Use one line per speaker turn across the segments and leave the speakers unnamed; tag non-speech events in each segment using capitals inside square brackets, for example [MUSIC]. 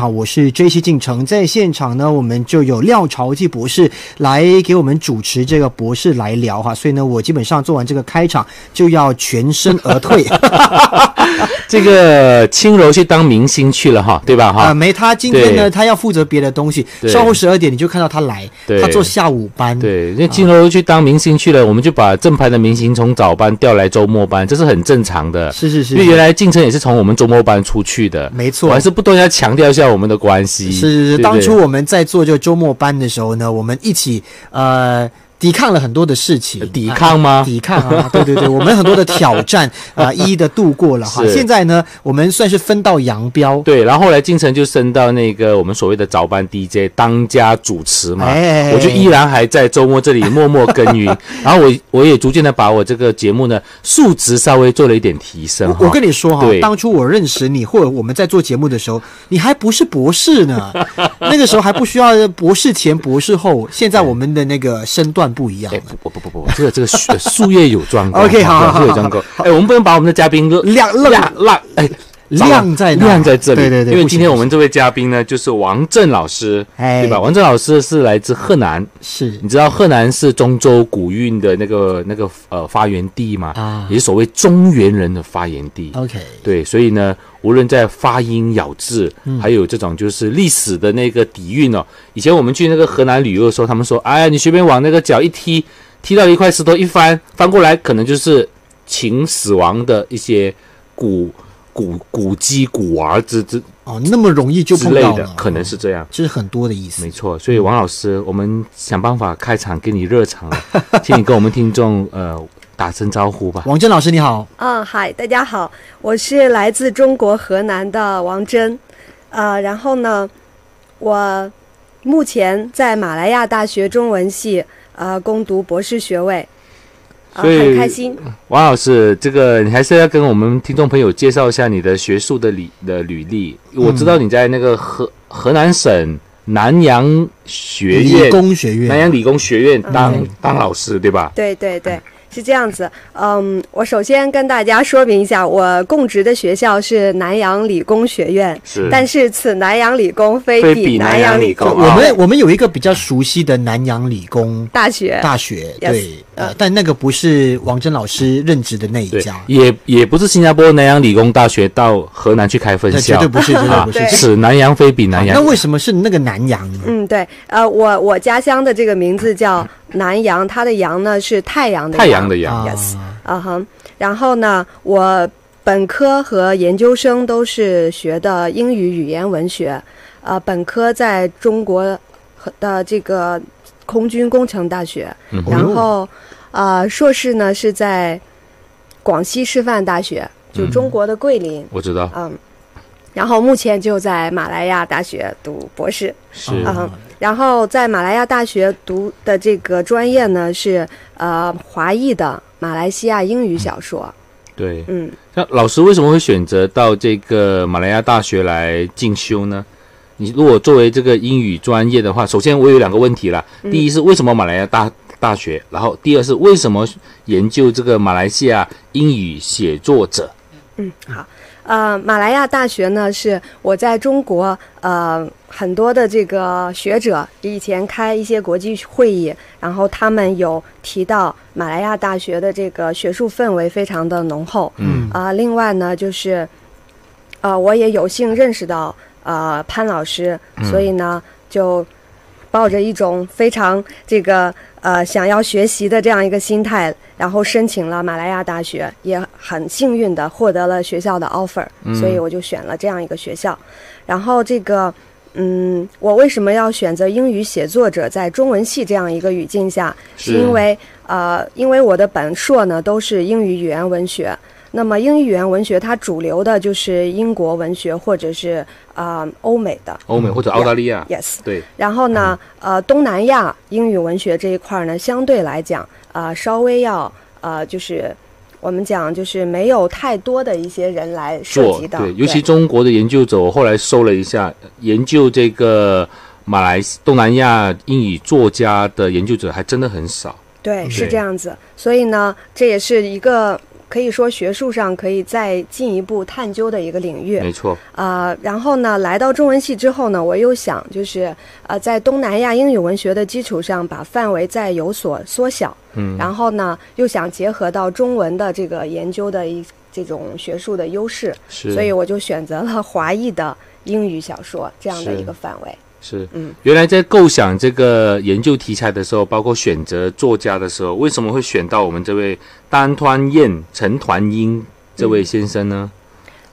好，我是追西进程，在现场呢，我们就有廖朝基博士来给我们主持这个博士来聊哈，所以呢，我基本上做完这个开场就要全身而
[LAUGHS]
退啊
这个轻柔去当明星去了哈，
[LAUGHS]
对吧哈？
啊。没他今天呢，
对
他要负责别的东西，
对
稍后十二点你就看到他来，
对
他做下午班，
对，因为金柔去当明星去了，我们就把正牌的明星从早班调来周末班，这是很正常的。
是是是
因为原来进程也是从我们周末班出去的，
没错
我还是不断要强调一下我们的关系。
是是
对
是，
不
当
对
初我们在做这个周末班的时候呢，我们一起呃抵抗了很多的事情，
抵
啊
抗吗？
抵抗啊，对对对，我们很多的挑
[LAUGHS]
战啊、一一的度过了哈。
是
现在呢，我们算是分道扬镳，
对，然后后来进城就升到那个我们所谓的早班 DJ 当家主持嘛，
哎
我就依然还在周末这里默默耕
[LAUGHS]
耘，然后我我也逐渐的把我这个节目呢数值稍微做了一点提升
我我
哈。
跟你说哈
对，
当初我认识你，或者我们在做节目的时候，你还不是博士
[LAUGHS]
呢，那个时候还不需要呃博士前、博士后。现在我们的那个身段不一样
哎，
了，
不不不不不，这个这个术呃术业有专攻
OK，好好
术业有
好
专攻。哎，我们不能把我们的嘉宾都
亮亮
浪哎
亮在哪
亮在这里，
对对对
因为
不行
今天
不
我们这位嘉宾呢就是王震老师，
哎
对吧？王震老师是来自河南，
是
你知道河南是中州古韵的那个那个呃发源地吗？
啊
也是所谓中原人的发源地。
OK，
对，所以呢，无论在发音、咬字，
嗯
还有这种就是历史的那个底蕴哦。以前我们去那个河南旅游的时候，他们说：“哎呀，你随便往那个脚一踢，踢到一块石头一翻，翻过来可能就是秦始皇的一些古古古迹、古玩之之
哦，那么容易就
之
碰
类
到
的
了，，
可能是这样。”
这是很多的意思
没。错，所以王老师，我们想办法开场给你热场了，
[LAUGHS]
请你跟我们听众呃打声招呼吧。
王真老师你好，
嗯，嗨，大家好，我是来自中国河南的王真，呃，然后呢，我目前在马来亚大学中文系呃攻读博士学位，呃，
所以
很开心。
王老师，这个你还是要跟我们听众朋友介绍一下你的学术的履的履历。我知道你在那个河河南省南阳学
理
院、
工学
南
院嗯
阳理工学院当、当老师，对吧？
对对对，是这样子。嗯，我首先跟大家说明一下，我供职的学校是南洋理工学院，
是
但是此南洋理工
非
非
彼
彼
南
南
洋
洋
理
理
工
工
我
啊
们我们有一个比较熟悉的南洋理工
大学。
大学，
Yes
对，呃，但那个不是王真老师任职的那一
对
家，，
也也不是新加坡南洋理工大学到河南去开分
那绝
校
对不是，绝对
啊
不，
[LAUGHS] 对
是。
此南洋非彼南洋
那。为什么是那个南洋呢？
嗯，对，呃，我我家乡的这个名字叫南阳，它的阳呢是太阳的
太阳的阳，
啊
Yes 啊哈、然后呢，我本科和研究生都是学的英语语言文学，呃，本科在中国和的这个空军工程大学，
嗯
哼
然后呃，硕士呢是在广西师范大学，
嗯
就中国的桂林，
我知道
嗯。然后目前就在马来亚大学读博士，
是
啊
啊，
然后在马来亚大学读的这个专业呢是呃华裔的马来西亚英语小说，
对。
嗯，
那老师为什么会选择到这个马来亚大学来进修呢？你如果作为这个英语专业的话，首先我有两个问题啦。
嗯
第一是为什么马来亚大大学，然后第二是为什么研究这个马来西亚英语写作者？
呃，马来亚大学呢是我在中国呃很多的这个学者以前开一些国际会议，然后他们有提到马来亚大学的这个学术氛围非常的浓厚，
嗯
啊、另外呢，就是，呃，我也有幸认识到呃潘老师，所以呢，就抱着一种非常这个呃想要学习的这样一个心态，然后申请了马来亚大学，也很幸运的获得了学校的 offer，、所以我就选了这样一个学校。然后这个，嗯，我为什么要选择英语写作者在中文系这样一个语境下？
是
是因为呃，因为我的本硕呢都是英语语言文学，那么英语语言文学它主流的就是英国文学或者是啊欧美的
欧美或者澳大利亚，
，yes。
对，
然后呢，
嗯
呃，东南亚英语文学这一块儿呢，相对来讲，呃，稍微要呃，就是我们讲就是没有太多的一些人来涉
做
及到，
对，尤其中国的研究者，我后来搜了一下，研究这个马来西东南亚英语作家的研究者还真的很少。
对，是
嗯对
这样子。所以呢，这也是一个可以说学术上可以再进一步探究的一个领域。
没错，
啊，然后呢，来到中文系之后呢，我又想就是呃，在东南亚英语文学的基础上，把范围再有所缩小。
嗯，
然后呢，又想结合到中文的这个研究的一这种学术的优势，
是，
所以我就选择了华裔的英语小说这样的
是
一个范围。
是，
嗯，
原来在构想这个研究题材的时候，包括选择作家的时候，为什么会选到我们这位单团燕陈团英这位先生呢？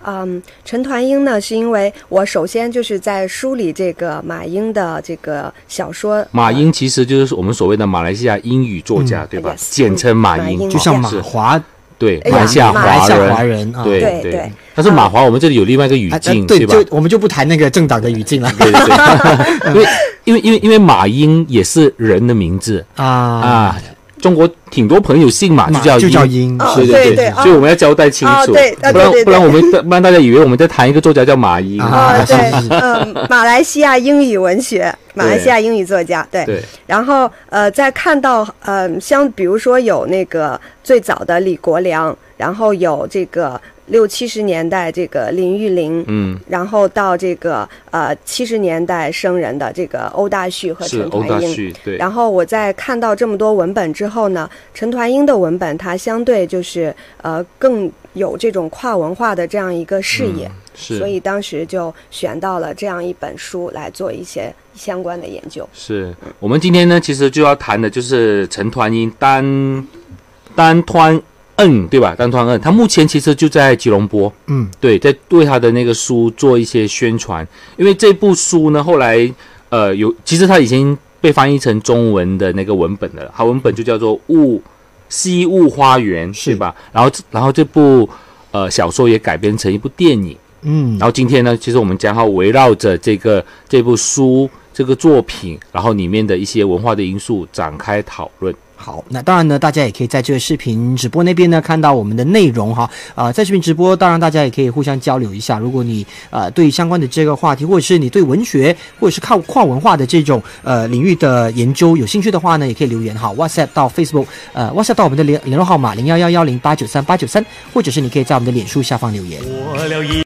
嗯，陈团英呢，是因为我首先就是在梳理这个马英的这个小说，
马英其实就是我们所谓的马来西亚英语作家，对吧？
Yes，
简称马
马
英，
英
就像嗯马
是
华
对
哎呀
马来西亚
马来
华
西亚
人，
华人啊，
对
对
对
对。
但是马华，我们这里有另外一个语
啊
境，
啊对，
吧？
就我嗯们就不谈那个政党的语境了
对对对，因为因为因为因为马英也是人的名字
啊
啊，中国挺多朋友姓啊马就
马
叫
就叫
英，
英，
哦
对
对
对
对啊
所以我们要交代清
哦
楚，
对啊
不
对
然
对对
不然我们不然大家以为我们在谈一个作家叫马英，
啊
呃，对
是是，
嗯，马来西亚英语文学，马来西亚英语作家，对。
对，
然后呃，在看到呃，像比如说有那个最早的李国良，然后有这个六七十年代这个林玉玲，
嗯，
然后到这个呃七十年代生人的这个欧大旭和
是
陈
欧大
团英，
旭，对，
然后我在看到这么多文本之后呢，陈团英的文本它相对就是呃更有这种跨文化的这样一个视野，
嗯是
所以当时就选到了这样一本书来做一些相关的研究。
是我们今天呢，其实就要谈的就是陈团英单单团嗯，对吧？单团嗯，他目前其实就在吉隆坡，
嗯，
对，在对他的那个书做一些宣传，因为这部书呢，后来呃有，其实它已经被翻译成中文的那个文本的了，它文本就叫做《雾西雾花园》，
嗯是
对吧？然后然后这部呃小说也改编成一部电影。
嗯
然后今天呢，其实我们将要围绕着这个这部书、这个作品，然后里面的一些文化的因素展开讨论。
好，那当然呢，大家也可以在这个视频直播那边呢看到我们的内容哈。啊、在视频直播，当然大家也可以互相交流一下。如果你呃对相关的这个话题，或者是你对文学或者是跨跨文化的这种呃领域的研究有兴趣的话呢，也可以留言哈，WhatsApp 到 Facebook，呃 WhatsApp 到我们的联联络号码零幺幺幺零八九三八九三，或者是你可以在我们的脸书下方留言。
我俩一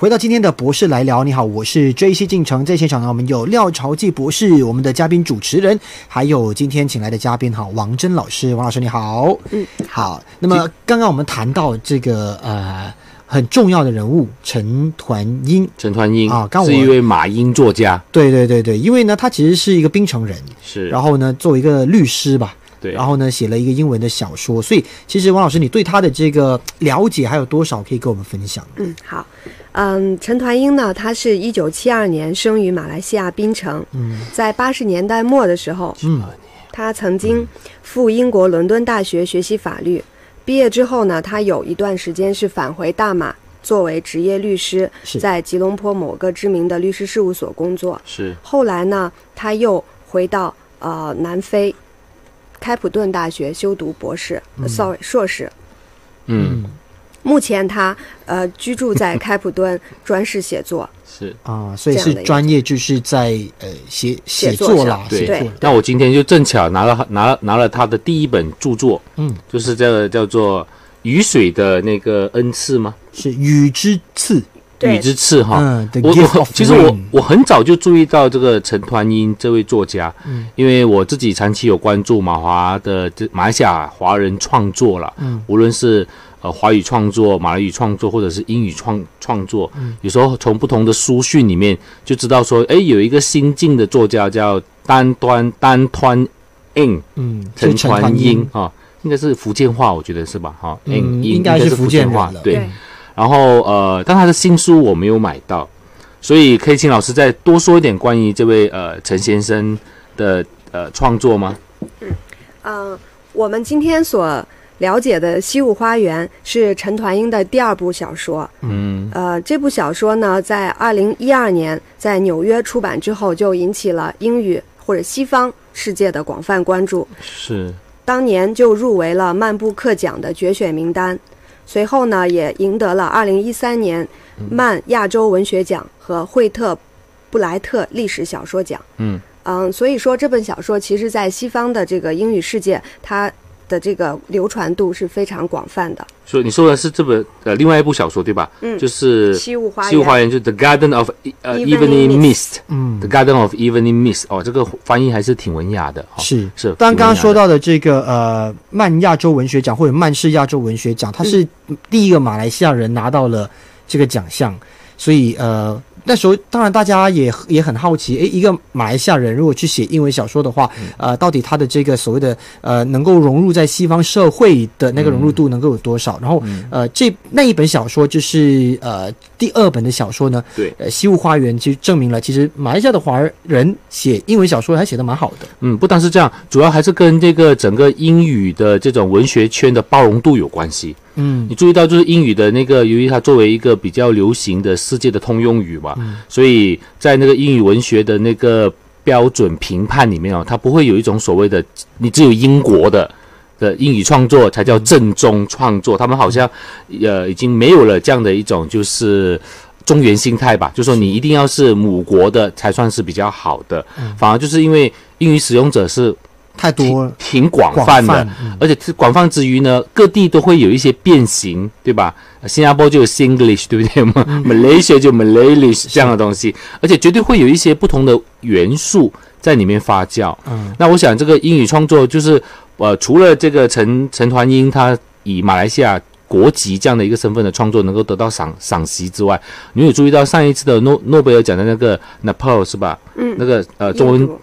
回到今天的博士来聊，你好，我是 J C 进城。在现场呢，我们有廖朝记博士，我们的嘉宾主持人，还有今天请来的嘉宾哈，王真老师，王老师你好，
嗯，
好。那么刚刚我们谈到这个呃很重要的人物陈团英，
陈团英
啊刚我
是一位马英作家，
对对对对，因为呢他其实是一个槟城人，
是，
然后呢作为一个律师吧，
对，
然后呢写了一个英文的小说，所以其实王老师你对他的这个了解还有多少可以跟我们分享？
嗯，好，嗯，陈团英呢，他是一九七二年生于马来西亚槟城，
嗯
在八十年代末的时候，
嗯
他曾经
嗯
赴英国伦敦大学学习法律，毕业之后呢，他有一段时间是返回大马作为职业律师
是，
在吉隆坡某个知名的律师事务所工作。
是
后来呢，他又回到呃南非开普敦大学修读博士、呃 sorry 硕士。
嗯
目前他呃居
[LAUGHS]
住在开普敦，专事写作。
是。
啊，所以
这样
是
的一个
专业就是在呃写
写
写
作
作
上
啦，
对
写作，
那我今天就正巧拿了拿了拿了他的第一本著作，
嗯，
就是这个叫做《雨水的那个恩赐》吗？
是雨之刺，
对
雨之刺哈，
嗯，The
我
Gift
我
of
其实我
Rain
我很早就注意到这个陈团英这位作家，
嗯
因为我自己长期有关注马华的这马来西亚华人创作了，
嗯
无论是呃华语创作、马来语创作，或者是英语创创作，
嗯
有时候从不同的书讯里面就知道说，哎，有一个新晋的作家叫丹端丹团英
嗯，
陈
是陈
团
团
英啊、应该是福建话，我觉得是吧？哈、
嗯
英
应该是
是
福
建
建人
话
了，
对。然后呃，但他的新书我没有买到，所以可以请老师再多说一点关于这位呃陈先生的呃创作吗？
嗯、我们今天所了解的《西武花园》是陈团英的第二部小说。
嗯，
呃，这部小说呢，在二零一二年在纽约出版之后，就引起了英语或者西方世界的广泛关注。
是
当年就入围了曼布克奖的决选名单，随后呢也赢得了2013年
嗯
曼亚洲文学奖和惠特布莱特历史小说奖。
嗯
嗯，所以说这本小说其实在西方的这个英语世界，它的这个流传度是非常广泛的。
所以你说的是这本呃另外一部小说对吧？
嗯
就是
西屋花园
西屋花园就是 The Garden of 呃
Evening
Evening
Mist
Mist，The
嗯，
Garden of Evening Mist。哦，这个翻译还是挺文雅的。哦、
是
是。
当然刚刚
挺文雅的
说到的这个呃漫亚洲文学奖或者漫市亚洲文学奖，他是第一个马来西亚人拿到了这个奖项，所以呃那时候当然大家也也很好奇，诶，一个马来西亚人如果去写英文小说的话，
嗯
呃，到底他的这个所谓的呃能够融入在西方社会的
嗯
那个融入度能够有多少？然后呃这那一本小说就是呃第二本的小说呢，
对
呃《西屋花园》其实证明了，其实马来西亚的华人写英文小说还写得蛮好的。
嗯，不单是这样，主要还是跟这个整个英语的这种文学圈的包容度有关系。
嗯
你注意到，就是英语的那个，由于它作为一个比较流行的世界的通用语嘛，所以在那个英语文学的那个标准评判里面哦，它不会有一种所谓的你只有英国的。的英语创作才叫正宗创作，他们好像，呃，已经没有了这样的一种就是中原心态吧，就说你一定要是母国的才算是比较好的，反而就是因嗯为英语使用者是
太多了。
挺挺广泛的，
嗯
而且是广泛之余呢，各地都会有一些变形，对吧？新加坡就有 Singlish，对不对嘛、m a l a y s i a 就 Malaylish 这样的东西，而且绝对会有一些不同的元素在里面发酵。
嗯，
那我想这个英语创作就是，呃，除了这个陈陈团英他以马来西亚国籍这样的一个身份的创作能够得到赏赏析之外，你有注意到上一次的诺诺贝尔奖的那个 Nepal 是吧？
嗯
那个呃
印
中文
度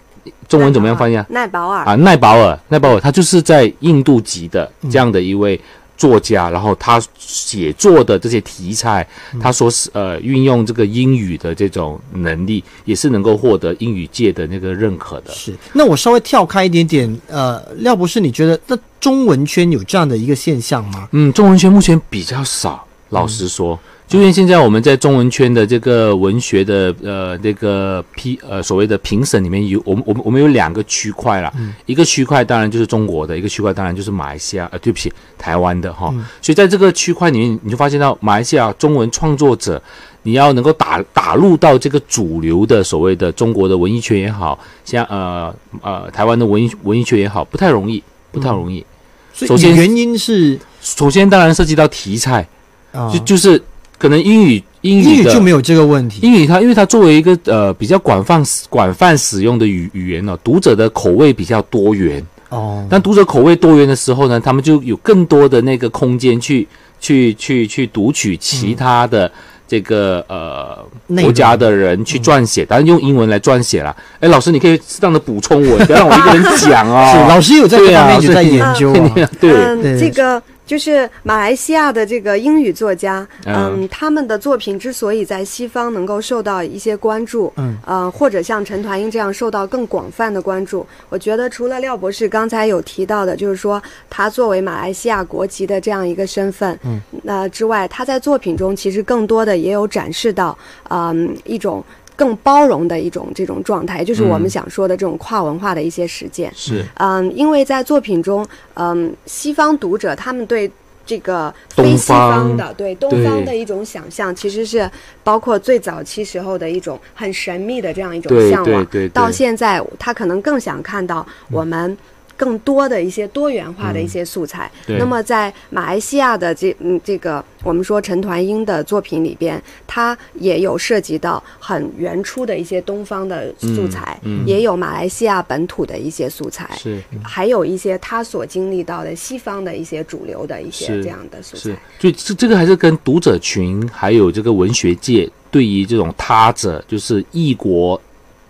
中文怎么样翻译啊？
奈保尔，
啊，奈保尔，奈保尔，他就是在印度籍的这样的一位作家，然后他写作的这些题材，他所使呃运用这个英语的这种能力，也是能够获得英语界的那个认可的。
是。那我稍微跳开一点点，呃，廖博士，你觉得那中文圈有这样的一个现象吗？
嗯，中文圈目前比较少，老实说，就因为现在我们在中文圈的这个文学的呃那个批呃所谓的评审里面有我们我们我们有两个区块啦，一个区块当然就是中国的，一个区块当然就是马来西亚呃对不起台湾的哈，所以在这个区块里面你就发现到马来西亚中文创作者。你要能够打打入到这个主流的所谓的中国的文艺圈也好，像呃呃台湾的文艺文艺圈也好，不太容易，不太容易。
所
首
以
先
原因是
首先，当然涉及到题材，
啊，
就就是可能英语英
英
语
语
的
就没有这个问题。
英语它因为它作为一个呃比较广泛广泛使用的语语言呢、读者的口味比较多元。
哦，
当读者口味多元的时候呢，他们就有更多的那个空间去去去去读取其他的这个、
嗯内容嗯
呃国家的人去撰写，当然用英文来撰写啦。哎，老师，你可以适当的补充
[LAUGHS]
我，不要让我一个人讲哦。
是老师有在这
对啊
方面一直在
所以
研究啊。
[LAUGHS] 对，
对
嗯，这个就是马来西亚的这个英语作家，
嗯
嗯，他们的作品之所以在西方能够受到一些关注，
嗯，
呃，或者像陈团英这样受到更广泛的关注，我觉得除了廖博士刚才有提到的，就是说他作为马来西亚国籍的这样一个身份，
嗯，
那、之外，他在作品中其实更多的也有展示到，嗯、一种。更包容的一种这种状态，就是我们
嗯
想说的这种跨文化的一些实践。
是
嗯，因为在作品中，嗯，西方读者他们对这个非
东
西方
方
的对东
对
方的一种想象，其实是包括最早期时候的一种很神秘的这样一种
对
向往，
对对对
啊到现在他可能更想看到我们。更多的一些多元化的一些素材。
对
那么在马来西亚的这嗯这个我们说陈团英的作品里边，他也有涉及到很原初的一些东方的素材，
嗯嗯
也有马来西亚本土的一些素材。
是。
还有一些他所经历到的西方的一些主流的一些
是
这样的素材
是，，就这这个还是跟读者群还有这个文学界对于这种他者，就是异国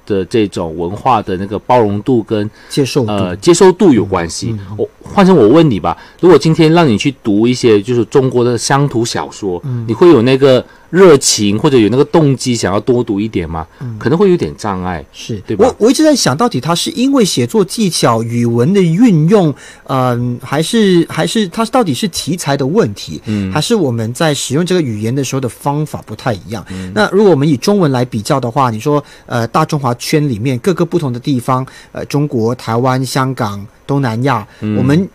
的这种文化的那个包容度跟
接受度。嗯
呃接受度有关系。我换成我问你吧，如果今天让你去读一些就是中国的乡土小说，
嗯
你会有那个热情或者有那个动机想要多读一点吗？
嗯
可能会有点障碍。
是
对吧
我我一直在想到底他是因为写作技巧、语文的运用，嗯、还是还是他到底是题材的问题，
嗯
还是我们在使用这个语言的时候的方法不太一样？
嗯
那如果我们以中文来比较的话，你说呃，大中华圈里面各个不同的地方，呃，中国、台湾、香港、东南亚，我们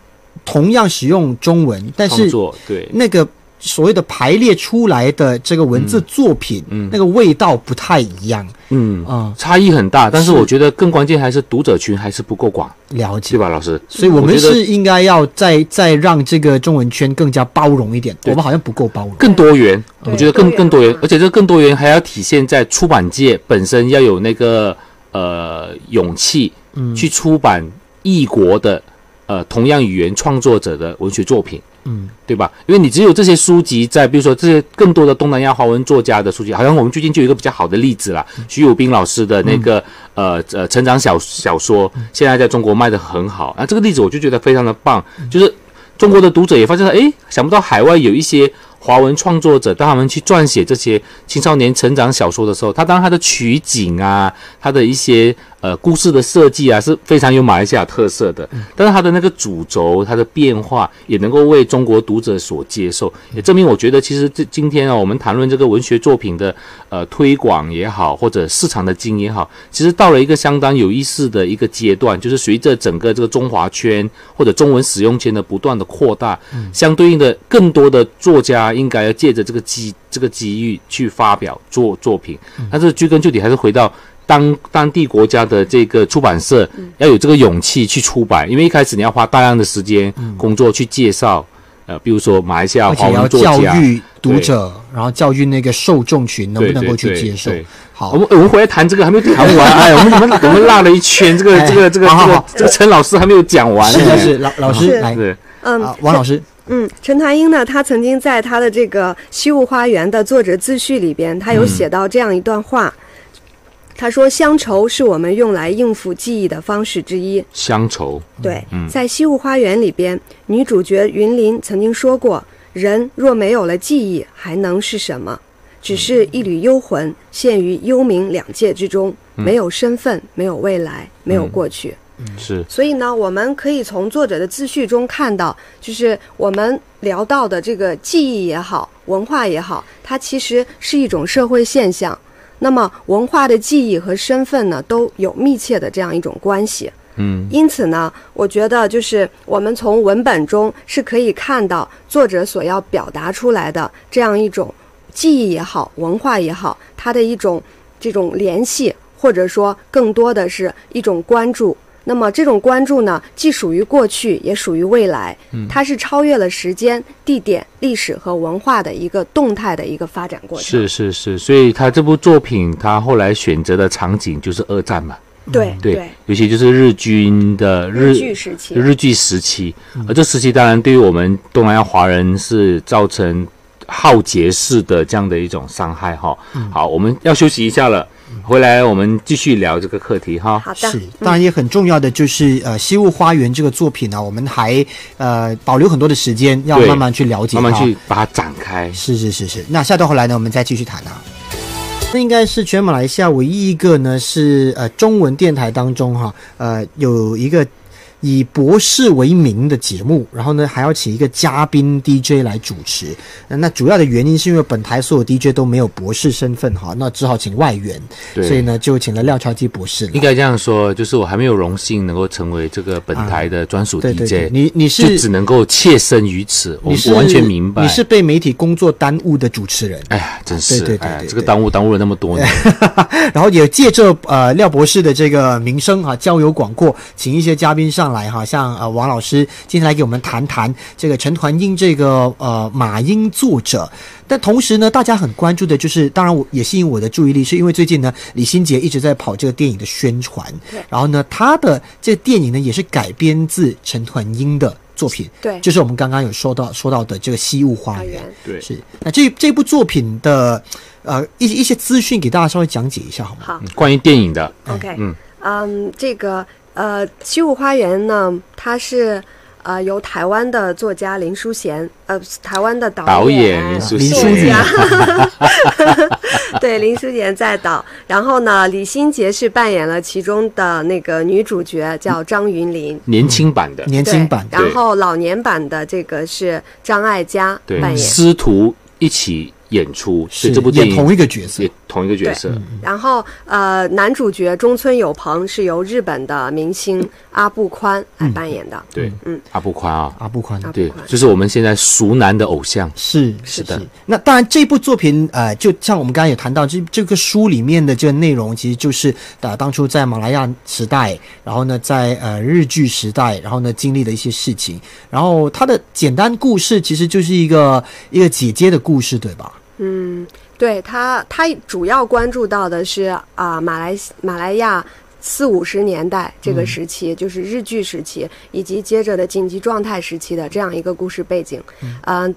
同样使用中文，但
嗯创
是
作对
那个所谓的排列出来的这个文字作品，
嗯嗯
那个味道不太一样
嗯，
啊、
差异很大，但是
是
我觉得更关键还是读者群还是不够广，
了
对
解。
吧，老师？
所以我们
嗯觉得
是应该要再再让这个中文圈更加包容一点，
对
我们好像不够包容。
更多元，
对
我觉得更更多
多元
元，而且这个更多元还要体现在出版界本身要有那个呃勇气，
嗯
去出版异国的呃同样语言创作者的文学作品。
嗯，
对吧？因为你只有这些书籍在，比如说这些更多的东南亚华文作家的书籍，好像我们最近就有一个比较好的例子啦，徐有斌老师的那个、呃呃成长小小说，现在在中国卖的很好。那这个例子我就觉得非常的棒，就是中国的读者也发现了，诶，想不到海外有一些华文创作者，当他们去撰写这些青少年成长小说的时候，他当然他的取景啊，他的一些呃故事的设计啊，是非常有马来西亚特色的。但是它的那个主轴、它的变化也能够为中国读者所接受，也证明我觉得其实这今天啊，我们谈论这个文学作品的呃推广也好，或者市场的经营也好，其实到了一个相当有意思的一个阶段，就是随着整个这个中华圈或者中文使用圈的不断的扩大，相对应的更多的作家应该要借着这个机这个机遇去发表作作品，但是归根究底还是回到。当当地国家的这个出版社要有这个勇气去出版，因为一开始你要花大量的时间工作去介绍，呃，比如说马来西亚
而
华
且要
文作
教
家，
育读者，然后教育那个受众群能不
对
能
对
够去
对
接受。
对
好
我，们我们回来谈这个还没有谈完，哎，我们我们我们绕了一圈，这个
哎
这个这个
好好
这个
好
这个陈老师还没有讲完，
是
呢。
是是，老老师
是
来
是
嗯
啊，，王老师，
嗯，陈谭英呢，他曾经在他的这个《西雾花园》的作者自序里边，他有写到这样一段话，他说：“乡愁是我们用来应付记忆的方式之一。
乡愁，
对，在《西雾花园》里边，女主角云林曾经说过：“人若没有了记忆，还能是什么？只是一缕幽魂，陷于幽冥两界之中，没有身份，没有未来，没有过去。
是
所以呢，我们可以从作者的自序中看到，就是我们聊到的这个记忆也好，文化也好，它其实是一种社会现象。那么，文化的记忆和身份呢，都有密切的这样一种关系。
嗯
因此呢，我觉得就是我们从文本中是可以看到作者所要表达出来的这样一种记忆也好，文化也好，它的一种这种联系，或者说更多的是一种关注。那么这种关注呢，既属于过去，也属于未来，
嗯
它是超越了时间、地点、历史和文化的一个动态的一个发展过程。
是是是，所以他这部作品他后来选择的场景就是二战嘛，
对
嗯对，尤其就是日军的
日
日
剧时期，
日据时期，
嗯
而这时期当然对于我们东南亚华人是造成浩劫式的这样的一种伤害哈。
嗯
好，我们要休息一下了，回来我们继续聊这个课题哈。
好的，
是，当然也很重要的就是呃，《西雾花园》这个作品呢、我们还呃保留很多的时间，要
对
慢慢去了解它，
慢慢去把它展开。
是是是是，那下段回来呢，我们再继续谈啊。那应该是全马来西亚唯一一个呢，是呃中文电台当中哈，呃有一个以博士为名的节目，然后呢还要请一个嘉宾 DJ 来主持。呃那主要的原因是因为本台所有 DJ 都没有博士身份哈，那只好请外援，
对
所以呢就请了廖超基博士了
应。该这样说，就是我还没有荣幸能够成为这个本台的专属 DJ，、
啊对对对，你你
就是只能够切身于此。我
你是
我完全明白。
你是被媒体工作耽误的主持人。
哎呀，真是
对对对
哎呀
对
这个
对
耽误耽误了那么
[LAUGHS]
多年。
然后也借着呃廖博士的这个名声啊，交友广阔，请一些嘉宾上来哈、像呃王老师今天来给我们谈谈这个陈团英这个呃马英作者。但同时呢，大家很关注的就是，当然我也吸引我的注意力，是因为最近呢，李心洁一直在跑这个电影的宣传
对，
然后呢，他的这个电影呢也是改编自陈团英的作品，
对
就是我们刚刚有说到说到的这个《西雾花
花
园
园》。
对
是，那这这部作品的呃一一些资讯给大家稍微讲解一下好吗？
好。
关于电影的，
OK，
嗯
嗯这个呃，《西雾花园》呢，它是呃由台湾的作家林淑贤，呃，台湾的导
导演
演啊
林淑
啊林
贤
淑
作
媛
[LAUGHS]
家，对，林淑贤在导。然后呢，李心洁是扮演了其中的那个女主角，叫张云林。
年轻版的，
嗯年
对
轻版，
然后老年版的这个是张艾嘉
对
扮演，
师徒一起演出，
是
所以这部电
演
影
同一个角色
也，同一个角
对
色。
然后呃，男主角中村友朋是由日本的明星阿部宽来扮演的。
对，
嗯
阿布宽啊，
阿布宽
阿布
对
宽，
就是我们现在熟男的偶像。
是
是的。
那当然，这部作品呃，就像我们刚刚也谈到，这这个书里面的这个内容，其实就是呃当初在马来亚时代，然后呢在呃日剧时代，然后呢经历的一些事情。然后它的简单故事其实就是一个一个姐姐的故事，对吧？
嗯，对他，他主要关注到的是啊、马来西马来亚四五十年代这个时期，就是日据时期，以及接着的紧急状态时期的这样一个故事背景。嗯、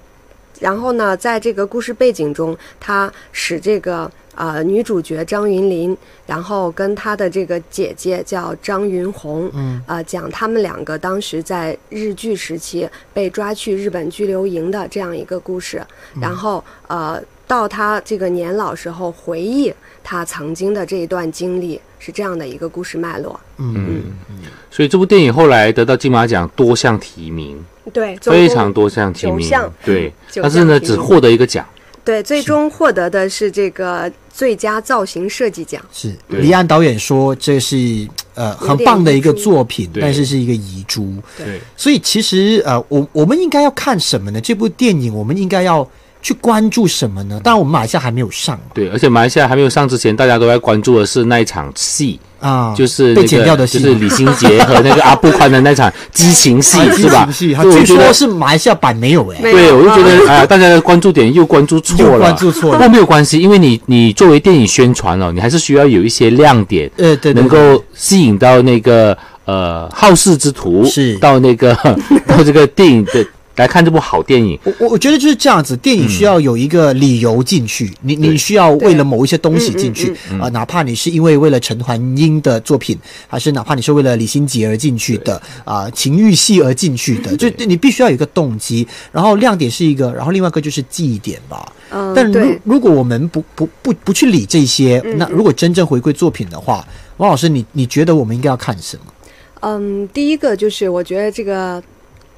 然后呢，在这个故事背景中，他使这个呃女主角张云林，然后跟她的这个姐姐叫张云红，
嗯，
呃，讲他们两个当时在日据时期被抓去日本拘留营的这样一个故事。
嗯
然后呃，到他这个年老时候回忆他曾经的这一段经历，是这样的一个故事脉络。
嗯所以这部电影后来得到金马奖多项提名，
对，总
非
共
常多项提
九
名
项，
对，
九
但是呢，
项提
只
名
获得一个奖。
对，最终获得的是这个最佳造型设计奖。
是。
对
李安导演说这是呃
有
很
点
棒的一个
遗珠
作品，
对
但是是一个遗珠。
对，
所以其实呃，我我们应该要看什么呢？这部电影我们应该要去关注什么呢？当然，我们马来西亚还没有上嘛
对，而且马来西亚还没有上之前，大家都在关注的是那一场戏，
啊，
就是
被
那
剪掉
个
的
就
戏
是李心洁和那个阿布宽的那
[LAUGHS]
场激情戏
啊，
是吧？
激情戏，
对
他
我
据
觉得
说是马来西亚版没有哎、
没
对，
有
我就觉
啊
得哎呀，大家的关注点又关注 [LAUGHS] 错
又
了，
关注错了
不过没有关系，因为你你作为电影宣传哦，你还是需要有一些亮点，
呃，对对
能
对
够吸引到那个呃好事之徒，
是
到那个 [LAUGHS] 到这个电影的来看这部好电影。
我我我觉得就是这样子，电影需要有一个理由进去，你你
对
需要为了
嗯对
某一些东西
嗯嗯
进去，呃，哪怕你是因为为了陈焕英的作品，还是哪怕你是为了李心洁而进去的，啊、情欲戏而进去
嗯
的，就你必须要有一个动机，然后亮点是一个，然后另外一个就是记忆点吧。
嗯，
但如
对，
如果我们不不不不去理这些，
嗯
那如果真正回归作品的话，王老师，你你觉得我们应该要看什么？
嗯，第一个就是我觉得这个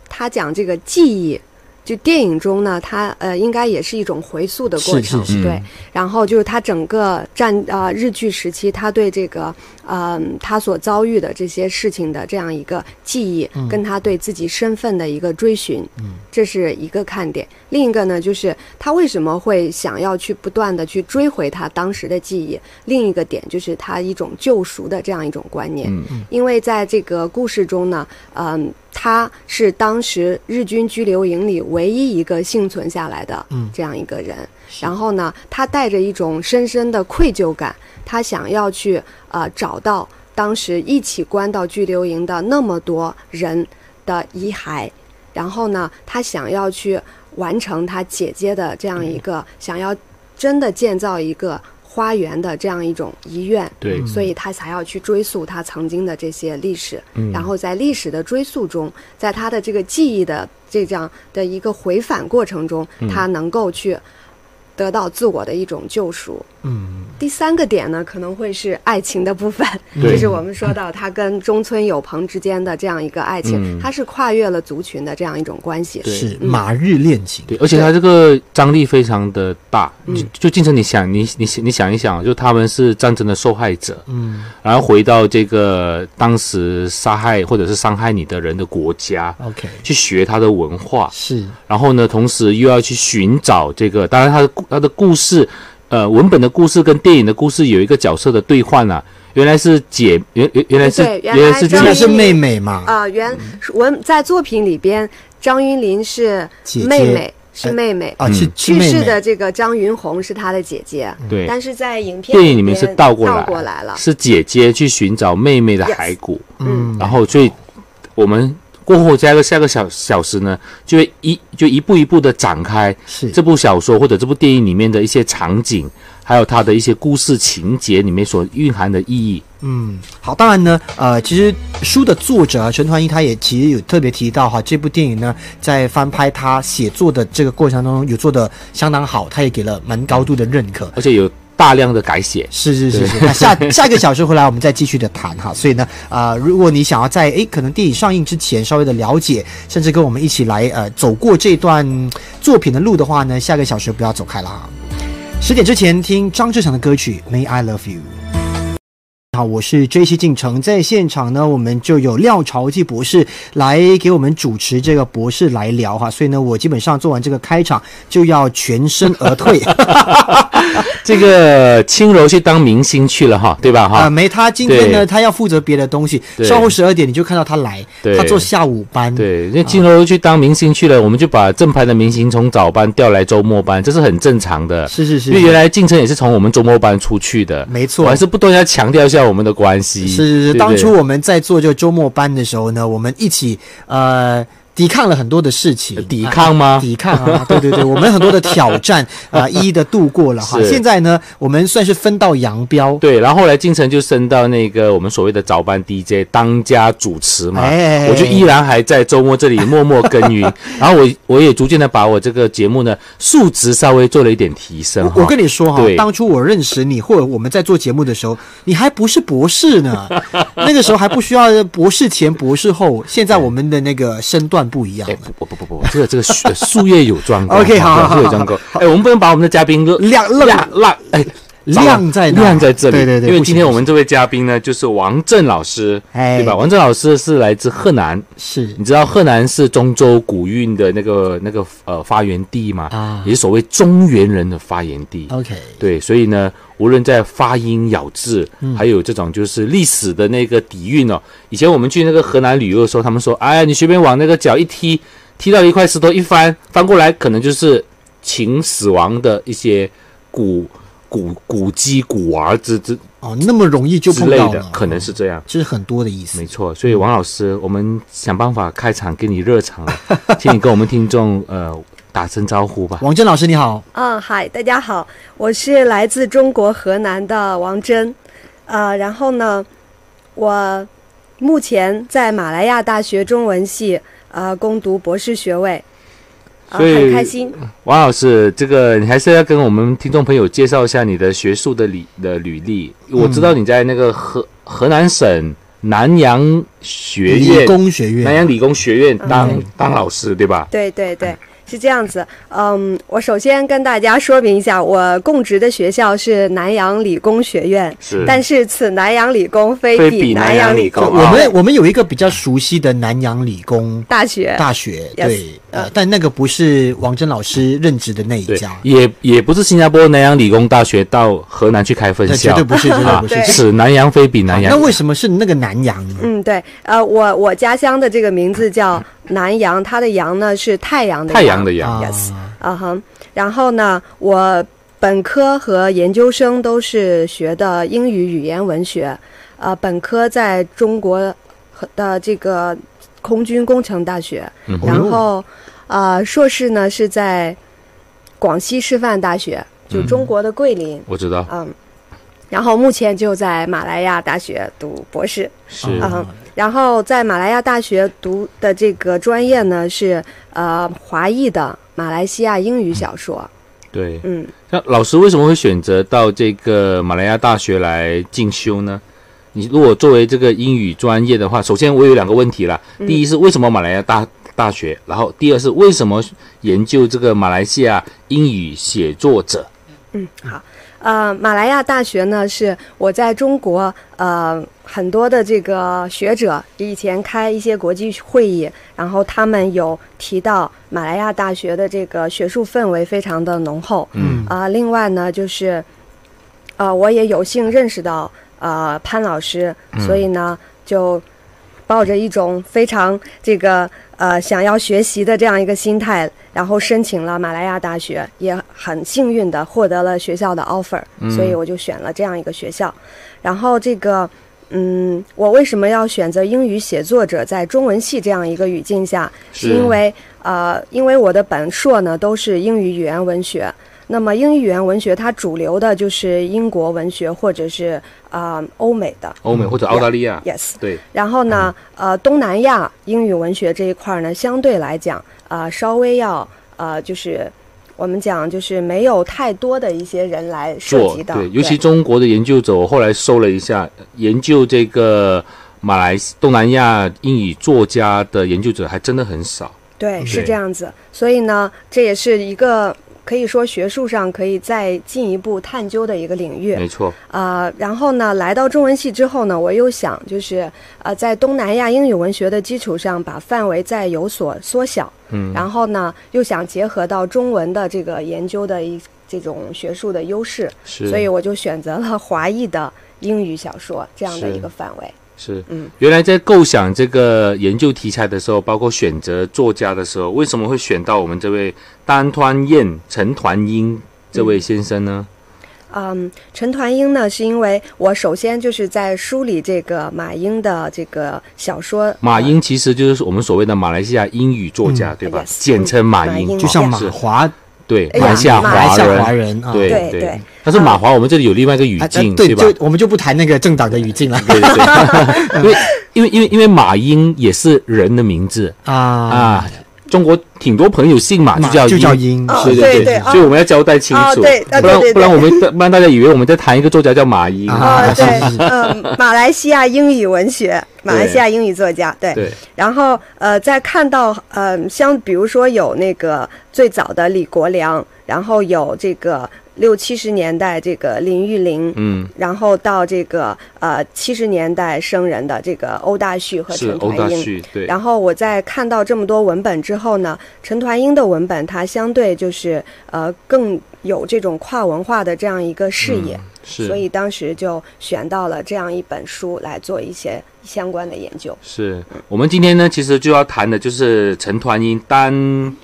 他讲这个记忆。就电影中呢，它呃应该也是一种回溯的过
是
程，
是嗯
是
对。然后就是他整个战啊、呃、日剧时期，他对这个嗯、他所遭遇的这些事情的这样一个记忆，
嗯
跟他对自己身份的一个追寻，这是一个看点。另一个呢，就是他为什么会想要去不断的去追回他当时的记忆。另一个点就是他一种救赎的这样一种观念，
嗯
因为在这个故事中呢，嗯，他是当时日军拘留营里唯一一个幸存下来的
嗯
这样一个人。然后呢，他带着一种深深的愧疚感，他想要去呃找到当时一起关到拘留营的那么多人的遗骸，然后呢，他想要去完成他姐姐的这样一个、想要真的建造一个花园的这样一种遗愿。
对，
所以他才要去追溯他曾经的这些历史，
嗯
然后在历史的追溯中，在他的这个记忆的这样的一个回返过程中，
嗯
他能够去得到自我的一种救赎。
嗯，
第三个点呢，可能会是爱情的部分，
对
就是我们说到他跟中村友朋之间的这样一个爱情，
嗯
它是跨越了族群的这样一种关系。
对
是马日恋情，
对，而且它这个张力非常的大，
嗯
就就进程你想，你你你想一想，啊就他们是战争的受害者，
嗯，
然后回到这个当时杀害或者是伤害你的人的国家，
，OK，
去学他的文化，
是
然后呢，同时又要去寻找这个，当然他的故他的故事，呃，文本的故事跟电影的故事有一个角色的兑换啊，原来是姐，原原原来是
对原来
原来是
原
张
来
丽
是妹妹嘛，
啊、原文在作品里边，张云林是
姐姐
妹
哎
妹，是
呃
妹妹。
啊，
嗯
是是
去
妹
世
妹，
的这个张云红是她的姐姐，
对
但是在影片
电影里面
边
是倒过来，
倒过来了，
是姐姐去寻找妹妹的
Yes
骸骨。
嗯，
然后所以我们过后加个下个小小时呢，就会一就一步一步的展开
是
这部小说或者这部电影里面的一些场景，还有它的一些故事情节里面所蕴含的意义。
嗯，好，当然呢，呃，其实书的作者啊，陈团一他也其实有特别提到哈，这部电影呢，在翻拍他写作的这个过程当中，有做的相当好，他也给了蛮高度的认可。
而且有大量的改写。
是是是是，那下 [LAUGHS] 下一个小时回来我们再继续的谈哈。所以呢，啊，如果你想要在诶可能电影上映之前稍微的了解，甚至跟我们一起来呃走过这段作品的路的话呢，下个小时不要走开了哈。十点之前听张志强的歌曲《May I Love You》。好，我是 J C 进城，在现场呢，我们就有廖朝基博士来给我们主持这个博士来聊哈，所以呢，我基本上做完这个开场就要全身而退
这个青柔去当明星去了哈，对吧
啊、
哈？
没他今天呢，
对
他要负责别的东西，
对
稍后十二点你就看到他来，
对
他做下午班，
对，因为青柔去当明星去了，我们就把正牌的明星从早班调来周末班，这是很正常的。
是是是，
因为原来进城也是从我们周末班出去的，
没错
我还是不断要强调一下我们的关系。
是是是，
对不对
当初我们在做这个周末班的时候呢，我们一起呃抵抗了很多的事情，
抵抗吗？
抵抗啊， [LAUGHS] 对对对，我们很多的挑
[LAUGHS]
战啊、一一的度过了哈。
是
现在呢，我们算是分道扬镳，
对，然后后来进城就升到那个我们所谓的早班 DJ 当家主持嘛，
哎
我就依然还在周末这里默默耕耘， [LAUGHS] 然后我我也逐渐的把我这个节目呢数值稍微做了一点提升
我
哈
我。跟你说哈
对，
当初我认识你，或者我们在做节目的时候，你还不是博士
[LAUGHS]
呢，那个时候还不需要博士前、博士后。现在我们的那个身段不一样
哎，
了，
不不不不不，这个这个术术业有专
[LAUGHS]
攻
OK，好好
术业有
好
专攻。哎，我们不能把我们的嘉宾都
亮亮
亮亮哎糟了
亮在哪
亮在这里，
对对对
因为
不行
今天
不
我们这位嘉宾呢就是王震老师，
哎
对吧？王震老师是来自河南，
是
你知道河南是中州古韵的那个那个呃发源地吗？
啊哦
也是所谓中原人的发源地。
OK。
对，所以呢，无论在发音、咬字，
嗯
还有这种就是历史的那个底蕴哦。以前我们去那个河南旅游的时候，他们说：“哎呀，你随便往那个脚一踢，踢到一块石头一翻，翻过来可能就是秦始皇的一些古古古迹、古玩之之
哦，那么容易就
之
碰
类
到
的
了，，
可能是这样。”
这是很多的意思
没。错，所以王老师，我们想办法开场给你热
[LAUGHS]
场了，请你跟我们听众呃打声招呼吧。
王真老师你好，
嗯，嗨，大家好，我是来自中国河南的王真，呃，然后呢，我目前在马来亚大学中文系呃攻读博士学位，呃，
所以嗯
很开心。
王老师，这个你还是要跟我们听众朋友介绍一下你的学术的履的履历。我知道你在那个河河南省南阳学
理
院、
工学
南
院嗯
阳理工学院当、当老师，对吧？
对对对，是这样子。嗯，我首先跟大家说明一下，我供职的学校是南洋理工学院，
是
但是此南洋理工
非
非
彼
彼
南洋
洋
理
工
工
我
啊
们我们有一个比较熟悉的南洋理工
大学。
大学，
Yes 嗯
对，呃，但那个不是王真老师任职的那一
对
家，，
也也不是新加坡南洋理工大学到河南去开分
那绝
校
对不是，绝对
啊
不
对
是。啊
此南洋非彼南
那
洋。
为什么是那个南洋呢？
嗯，对，呃，我我家乡的这个名字叫南阳，它的阳呢是太阳的
太阳的阳，
啊
Yes 啊哈、然后呢，我本科和研究生都是学的英语语言文学，呃，本科在中国和的这个空军工程大学，
嗯
哼
然后呃，硕士呢是在广西师范大学，
嗯
就中国的桂林，
我知道
嗯。然后目前就在马来亚大学读博士，
是
啊
嗯，然后在马来亚大学读的这个专业呢是呃华裔的马来西亚英语小说，
对。
嗯，
那老师为什么会选择到这个马来亚大学来进修呢？你如果作为这个英语专业的话，首先我有两个问题啦。
嗯
第一是为什么马来亚大大学，然后第二是为什么研究这个马来西亚英语写作者？
呃，马来亚大学呢是我在中国呃很多的这个学者以前开一些国际会议，然后他们有提到马来亚大学的这个学术氛围非常的浓厚，
嗯
啊、另外呢，就是，呃，我也有幸认识到呃潘老师，所以呢，就抱着一种非常这个呃想要学习的这样一个心态，然后申请了马来亚大学，也很幸运的获得了学校的 offer，、所以我就选了这样一个学校。然后这个，嗯，我为什么要选择英语写作者在中文系这样一个语境下？
是
是因为呃，因为我的本硕呢都是英语语言文学，那么英语语言文学它主流的就是英国文学或者是啊、呃欧美的
欧美或者澳大利亚？
，yes。
对，
然后呢，
嗯
呃，东南亚英语文学这一块儿呢，相对来讲，呃，稍微要呃，就是我们讲就是没有太多的一些人来涉
做
及到，
对，尤其中国的研究者，我后来搜了一下，研究这个马来西东南亚英语作家的研究者还真的很少。
对，是
嗯对
这样子。所以呢，这也是一个可以说学术上可以再进一步探究的一个领域。
没错，
啊，然后呢，来到中文系之后呢，我又想就是呃，在东南亚英语文学的基础上，把范围再有所缩小。
嗯，
然后呢，又想结合到中文的这个研究的一这种学术的优势，
是，
所以我就选择了华裔的英语小说这样的
是
一个范围。
是，
嗯，
原来在构想这个研究题材的时候，包括选择作家的时候，为什么会选到我们这位单团燕陈团英这位先生呢？
嗯，陈团英呢，是因为我首先就是在梳理这个马英的这个小说，
马英其实就是我们所谓的马来西亚英语作家，对吧？
Yes，
简称马
马
英，
英
就像马
是
华
对
哎呀
马来西亚
马来
马来
华
西亚
人，
华人啊，
对
对
对
对。
但是马华，我们这里有另外一个语
啊
境，
啊对，
吧？
就我们就不谈那个政党的语境了 [LAUGHS]
对对对，因为因为因为因为马英也是人的名字
啊
啊，中国挺多朋友姓马，
马
就
就叫
叫
英，
哦
对
对
对
对，哦
所以我们要交代清
哦
楚，
对啊
不
对
然
对对
不然我们不然大家以为我们在谈一个作家叫马英，
啊
呃，对
是是是，
嗯，马来西亚英语文学，马来西亚英语作家，对。
对，
然后呃，再看到呃，像比如说有那个最早的李国良，然后有这个六七十年代这个林玉玲，
嗯，
然后到这个呃七十年代生人的这个欧大旭和
是
陈
欧大
团英，
旭，对，
然后我在看到这么多文本之后呢，陈团英的文本它相对就是呃更有这种跨文化的这样一个视野，
嗯是
所以当时就选到了这样一本书来做一些相关的研究。
是我们今天呢，其实就要谈的就是陈团英单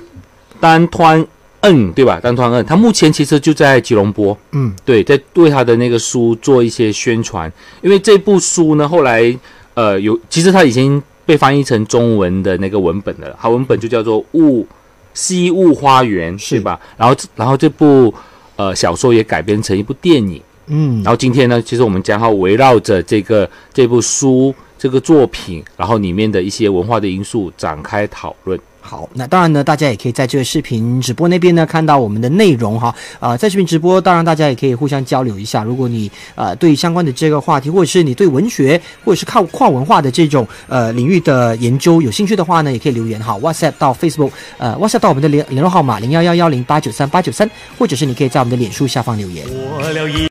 单团嗯，对吧？单团嗯，他目前其实就在吉隆坡，
嗯，
对，在对他的那个书做一些宣传，因为这部书呢，后来呃有，其实它已经被翻译成中文的那个文本的了，它文本就叫做《雾西雾花园》，
是
对吧？然后然后这部呃小说也改编成一部电影。
嗯
然后今天呢，其实我们将要围绕着这个这部书这个作品，然后里面的一些文化的因素展开讨论。
好，那当然呢，大家也可以在这个视频直播那边呢看到我们的内容哈。呃，在视频直播，当然大家也可以互相交流一下。如果你呃对相关的这个话题，或者是你对文学或者是靠跨文化的这种呃领域的研究有兴趣的话呢，也可以留言哈，WhatsApp 到 Facebook，呃 WhatsApp 到我们的联联络号码零幺幺幺零八九三八九三，或者是你可以在我们的脸书下方留言。
我俩一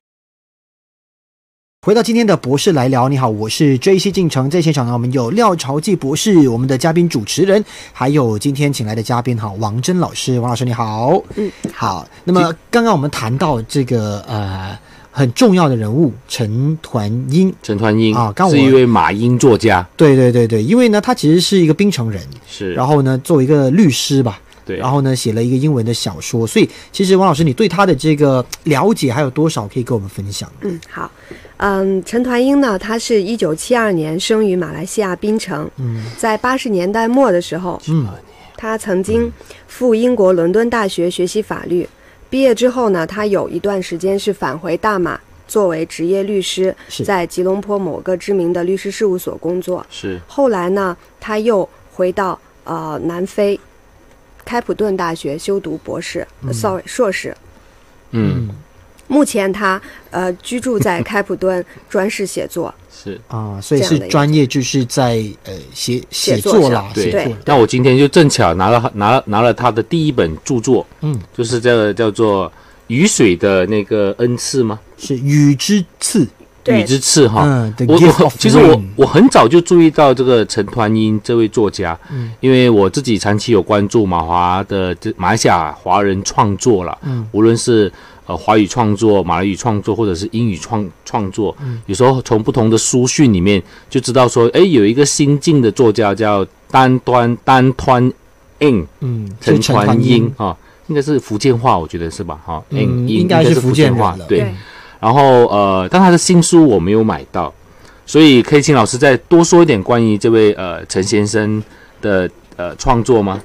回到今天的博士来聊，你好，我是 J C 进城。在现场呢，我们有廖朝记博士，我们的嘉宾主持人，还有今天请来的嘉宾哈，王真老师，王老师你好，
嗯，
好。那么刚刚我们谈到这个呃很重要的人物陈团英，
陈团英
啊刚我
是一位马英作家，
对对对对，因为呢他其实是一个槟城人，
是，
然后呢作为一个律师吧，
对，
然后呢写了一个英文的小说，所以其实王老师你对他的这个了解还有多少可以跟我们分享？
嗯，好，嗯，陈团英呢，他是一九七二年生于马来西亚槟城，
嗯
在八十年代末的时候，
嗯
他曾经赴英国伦敦大学学习法律，毕业之后呢，他有一段时间是返回大马作为职业律师
是，
在吉隆坡某个知名的律师事务所工作。
是
后来呢，他又回到呃南非开普敦大学修读博士、呃 sorry 硕士。
嗯
目前他呃居住在开普敦，专事写作。
是。
啊，所以
这样
是
的一个
专业就是在呃写
写
写
作
作
上
啦，
对
写作
啊那我今天就正巧拿了拿了拿了他的第一本著作，
嗯，
就是这个叫做《雨水的那个恩赐》吗？
是雨之刺，
对
雨之刺哈，
嗯，The
我
Gift
我
of
其实我
Rain
我很早就注意到这个陈团英这位作家，
嗯
因为我自己长期有关注马华的这马来西亚华人创作了，
嗯
无论是呃华语创作、马来语创作，或者是英语创创作，
嗯
有时候从不同的书讯里面就知道说，哎，有一个新晋的作家叫丹端丹端印
嗯，
陈
是陈
传
团
英，啊、应该是福建话，我觉得是吧？哈、
嗯
应
应该
是
是福建
建话
人了，
对。然后呃，但他的新书我没有买到，所以可以请老师再多说一点关于这位呃陈先生的呃创作吗？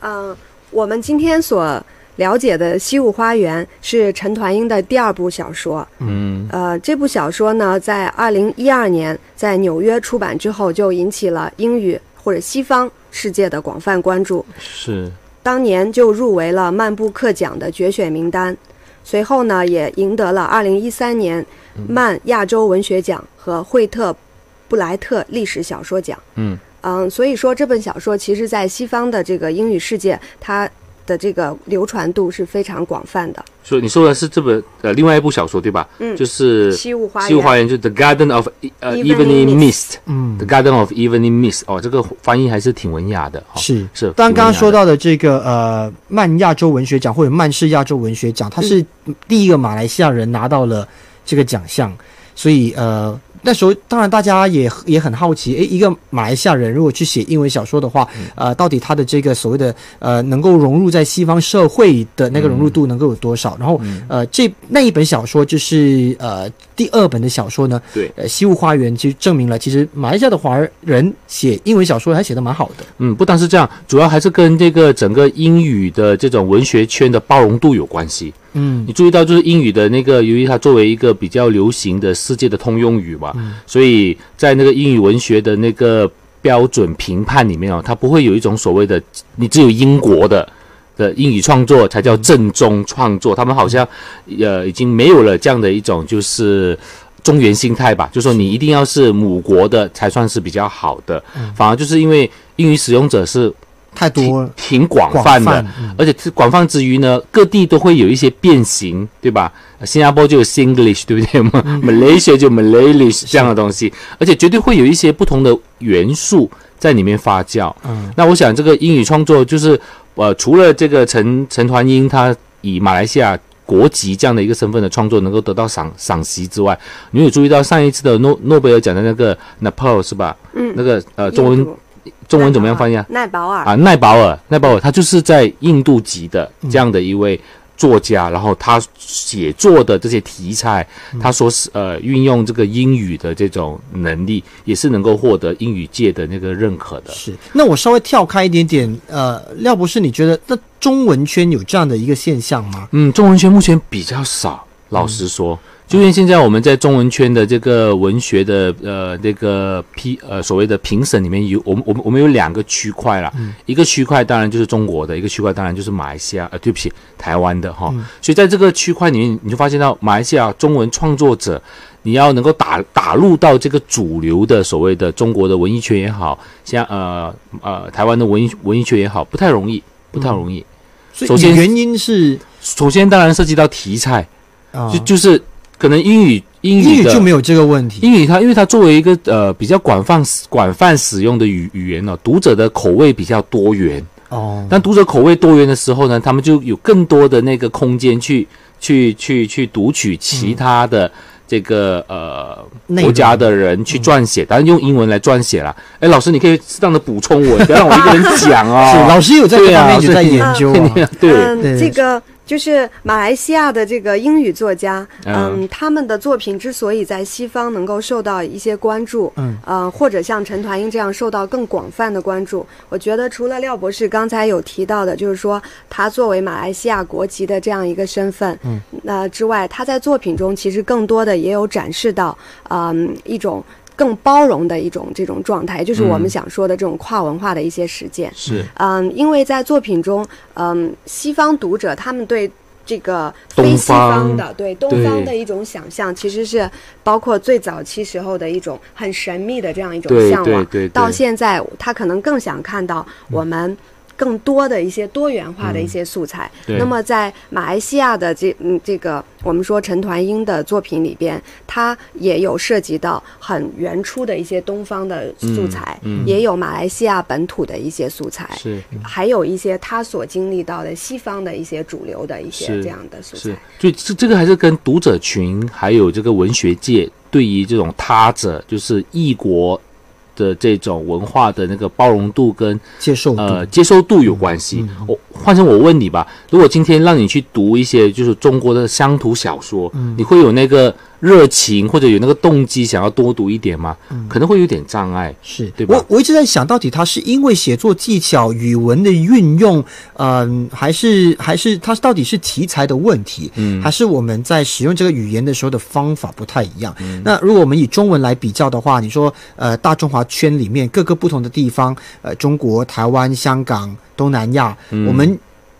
嗯、我们今天所了解的《西武花园》是陈团英的第二部小说。
嗯，
呃，这部小说呢，在二零一二年在纽约出版之后，就引起了英语或者西方世界的广泛关注。
是
当年就入围了曼布克奖的决选名单，随后呢，也赢得了二零一三年
嗯
曼亚洲文学奖和惠特布莱特历史小说奖。
嗯
嗯，所以说这本小说其实在西方的这个英语世界，它的这个流传度是非常广泛的。
所以你说的是这本呃另外一部小说对吧？
嗯
就是
西屋花园
西屋花园就是 The Garden of 呃
Evening
Evening
Mist
Mist，嗯，The Garden of Evening Mist，哦，这个翻译还是挺文雅的，哦、
是
是。
当然刚刚
挺文雅的
说到的这个呃漫亚洲文学奖或者漫市亚洲文学奖，他是第一个马来西亚人拿到了这个奖项，所以呃那时候当然大家也也很好奇，诶，一个马来西亚人如果去写英文小说的话，呃，到底他的这个所谓的呃能够融入在西方社会的那个融入度能够有多少？然后呃这那一本小说就是呃第二本的小说呢，
对
呃《西屋花园》其实证明了，其实马来西亚的华人写英文小说还写得蛮好的。
嗯，不单是这样，主要还是跟这个整个英语的这种文学圈的包容度有关系。
嗯，
你注意到，就是英语的那个，由于它作为一个比较流行的世界的通用语嘛，所以在那个英语文学的那个标准评判里面哦，它不会有一种所谓的你只有英国的。的英语创作才叫正宗创作，他们好像，呃，已经没有了这样的一种就是中原心态吧，就说你一定要是母国的才算是比较好的，反而就是因为英语使用者是
太多了。
挺广泛
广
的，
泛嗯
而且是广泛之余呢，各地都会有一些变形，对吧？新加坡就有 Singlish，对不对嘛、m a l a y s i a 就 Malaylish 这样的东西，而且绝对会有一些不同的元素在里面发酵。
嗯，
那我想这个英语创作就是，呃，除了这个陈陈团英他以马来西亚国籍这样的一个身份的创作能够得到赏赏析之外，你有注意到上一次的诺诺贝尔奖的那个 Nepal 是吧？
嗯
那个呃中
印
文
度
中文怎么样翻译啊？
奈保尔，
啊，奈保尔，奈保尔，他就是在印度籍的这样的一位作家，然后他写作的这些题材，他所使呃运用这个英语的这种能力，也是能够获得英语界的那个认可的。
是。那我稍微跳开一点点，呃，廖博士，你觉得那中文圈有这样的一个现象吗？
嗯，中文圈目前比较少，老实说，就因为现在我们在中文圈的这个文学的呃那个批呃所谓的评审里面有我们我们我们有两个区块啦，一个区块当然就是中国的，一个区块当然就是马来西亚呃对不起台湾的哈，所以在这个区块里面你就发现到马来西亚中文创作者。你要能够打打入到这个主流的所谓的中国的文艺圈也好，像呃呃台湾的文艺文艺圈也好，不太容易，不太容易。
所
首
以
先
原因是
首先，当然涉及到题材，
啊，
就就是可能英语英
英
语
语
的
就没有这个问题。
英语它因为它作为一个呃比较广泛广泛使用的语语言呢、读者的口味比较多元。
哦，
当读者口味多元的时候呢，他们就有更多的那个空间去去去去读取其他的这个、
嗯内容嗯
呃国家的人去撰写，当然用英文来撰写啦。哎，老师，你可以适当的补充
[LAUGHS]
我，不要让我一个人讲哦。
是老师有在这
对啊
方面一直在
所以
研究啊。
[LAUGHS] 对，
对
嗯，这个就是马来西亚的这个英语作家，
嗯
嗯，他们的作品之所以在西方能够受到一些关注，
嗯，
呃，或者像陈团英这样受到更广泛的关注，我觉得除了廖博士刚才有提到的，就是说他作为马来西亚国籍的这样一个身份，
嗯，
那、之外，他在作品中其实更多的也有展示到，嗯、一种。更包容的一种这种状态，就是我们
嗯
想说的这种跨文化的一些实践。
是
嗯，因为在作品中，嗯，西方读者他们对这个非
东
西方
方
的对东
对
方的一种想象，其实是包括最早期时候的一种很神秘的这样一种
对
向往，
对对对
到现在他可能更想看到我们。更多的一些多元化的一些素材。
对
那么在马来西亚的这嗯这个我们说陈团英的作品里边，他也有涉及到很原初的一些东方的素材，
嗯嗯
也有马来西亚本土的一些素材。
是。
还有一些他所经历到的西方的一些主流的一些
是
这样的素
是
材。，
就这这个还是跟读者群还有这个文学界对于这种他者，就是异国的这种文化的那个包容度跟
接受度。嗯
呃接受度有关系。我换成我问你吧，如果今天让你去读一些就是中国的乡土小说，
嗯
你会有那个热情或者有那个动机想要多读一点吗？
嗯
可能会有点障碍。
是
对吧
我我一直在想到底他是因为写作技巧、语文的运用，嗯、还是还是他到底是题材的问题，
嗯
还是我们在使用这个语言的时候的方法不太一样？
嗯
那如果我们以中文来比较的话，你说呃，大中华圈里面各个不同的地方，呃，中国、台湾、香港、东南亚，我们